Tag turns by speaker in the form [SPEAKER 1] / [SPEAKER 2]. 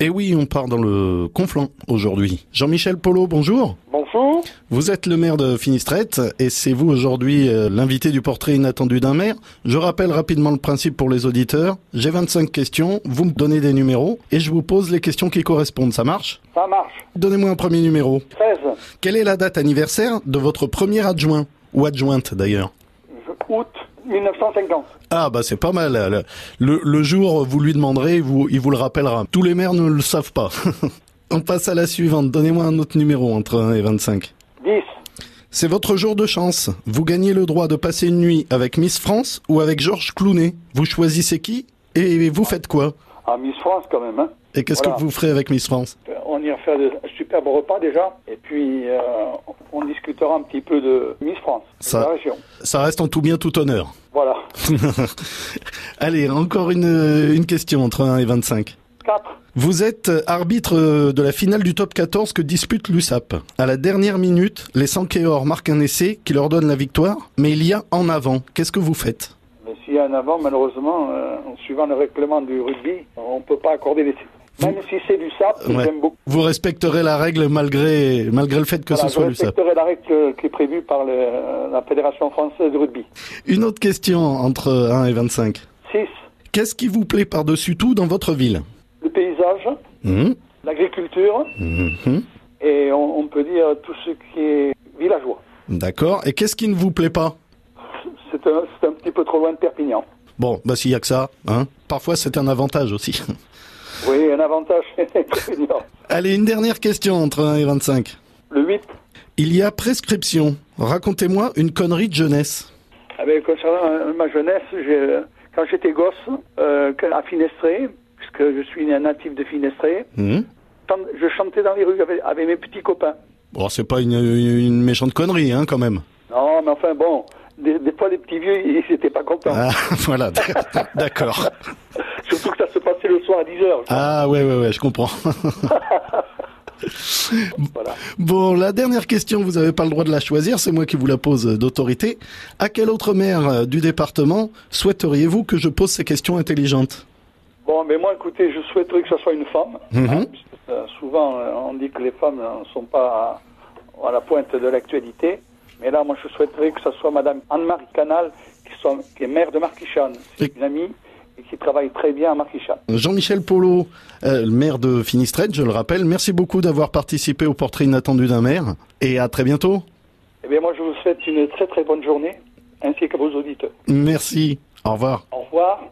[SPEAKER 1] Et Eh oui, on part dans le Conflent aujourd'hui. Jean-Michel Polo, bonjour.
[SPEAKER 2] Bonjour.
[SPEAKER 1] Vous êtes le maire de Finistrette et c'est vous aujourd'hui euh, l'invité du portrait inattendu d'un maire. Je rappelle rapidement le principe pour les auditeurs. J'ai 25 questions, vous me donnez des numéros et je vous pose les questions qui correspondent. Ça marche
[SPEAKER 2] Ça marche.
[SPEAKER 1] Donnez-moi un premier numéro.
[SPEAKER 2] 13
[SPEAKER 1] Quelle est la date anniversaire de votre premier adjoint Ou adjointe d'ailleurs
[SPEAKER 2] août 1950.
[SPEAKER 1] ah bah c'est pas mal. Le, le- le jour, vous lui demanderez, vous, il vous le rappellera. Tous les maires ne le savent pas. On passe à la suivante. Donnez-moi un autre numéro entre 1 et 25.
[SPEAKER 2] 10.
[SPEAKER 1] C'est votre jour de chance. Vous gagnez le droit de passer une nuit avec Miss France ou avec Georges Clounet. Vous choisissez qui et vous faites quoi
[SPEAKER 2] Ah, Miss France quand même. Hein.
[SPEAKER 1] Et qu'est-ce
[SPEAKER 2] Voilà.
[SPEAKER 1] que vous ferez avec Miss France
[SPEAKER 2] On ira faire de superbes repas déjà. Et puis, euh, on discutera un petit peu de Miss France, de
[SPEAKER 1] Ça-
[SPEAKER 2] la région.
[SPEAKER 1] Ça reste en tout bien tout honneur.
[SPEAKER 2] Voilà.
[SPEAKER 1] Allez, encore une, euh, une question entre 1 et 25.
[SPEAKER 2] 4.
[SPEAKER 1] Vous êtes euh, arbitre euh, de la finale du top 14 que dispute l'USAP. À la dernière minute, les Sankéors marquent un essai qui leur donne la victoire, mais il y a en avant. Qu'est-ce que vous faites
[SPEAKER 2] Mais s'il y a un avant, malheureusement, euh, suivant le règlement du rugby, on ne peut pas accorder les... Même si c'est du sable, que
[SPEAKER 1] Ouais.
[SPEAKER 2] j'aime beaucoup.
[SPEAKER 1] Vous respecterez la règle malgré, malgré le fait que
[SPEAKER 2] Voilà,
[SPEAKER 1] ce soit
[SPEAKER 2] je
[SPEAKER 1] l'USAP.
[SPEAKER 2] respecterai la règle qui est prévue par le- la Fédération française de rugby.
[SPEAKER 1] Une autre question entre 1 et 25.
[SPEAKER 2] 6.
[SPEAKER 1] Qu'est-ce qui vous plaît par-dessus tout dans votre ville
[SPEAKER 2] Le paysage,
[SPEAKER 1] Hum,
[SPEAKER 2] l'agriculture
[SPEAKER 1] hum, hum.
[SPEAKER 2] et on, on peut dire tout ce qui est villageois.
[SPEAKER 1] D'accord. Et qu'est-ce qui ne vous plaît pas
[SPEAKER 2] C'est un, c'est un petit peu trop loin de Perpignan.
[SPEAKER 1] Bon, bah s'il y a que ça, hein. Parfois c'est un avantage aussi.
[SPEAKER 2] Oui, un avantage, c'est Perpignan.
[SPEAKER 1] Allez, une dernière question entre 1 et 25.
[SPEAKER 2] Le 8,
[SPEAKER 1] Il y a prescription. Racontez-moi une connerie de jeunesse.
[SPEAKER 2] Ah ben, concernant euh, ma jeunesse, j'ai- quand j'étais gosse, euh, à Finestré, puisque je suis un natif de Finestré,
[SPEAKER 1] Hum.
[SPEAKER 2] chan- je chantais dans les rues avec, avec mes petits copains.
[SPEAKER 1] Bon, c'est pas une, une méchante connerie, hein, quand même.
[SPEAKER 2] Non, mais enfin bon, des, des fois les petits vieux, ils n'étaient pas contents.
[SPEAKER 1] Ah, voilà, d'accord.
[SPEAKER 2] Surtout que ça se passait le soir à 10h.
[SPEAKER 1] Ah, ouais, ouais, ouais, je comprends.
[SPEAKER 2] Voilà.
[SPEAKER 1] Bon, la dernière question, vous n'avez pas le droit de la choisir, c'est moi qui vous la pose euh, d'autorité. À quel autre maire euh, du département souhaiteriez-vous que je pose ces questions intelligentes
[SPEAKER 2] Bon, mais moi, écoutez, je souhaiterais que ce soit une femme.
[SPEAKER 1] Mhm.
[SPEAKER 2] hein, puisque, euh, souvent, euh, on dit que les femmes ne sont pas à, à la pointe de l'actualité. Mais là, moi, je souhaiterais que ce soit Madame Anne-Marie Canal, qui, soit, qui est maire de Marquichane.
[SPEAKER 1] Et-
[SPEAKER 2] C'est une amie et qui travaille très bien à Marquichane.
[SPEAKER 1] Jean-Michel Polo, euh, le maire de Finistrette, je le rappelle, merci beaucoup d'avoir participé au portrait inattendu d'un maire et à très bientôt.
[SPEAKER 2] Eh bien, moi, je vous souhaite une très, très bonne journée, ainsi que vos auditeurs.
[SPEAKER 1] Merci, au revoir.
[SPEAKER 2] Au revoir.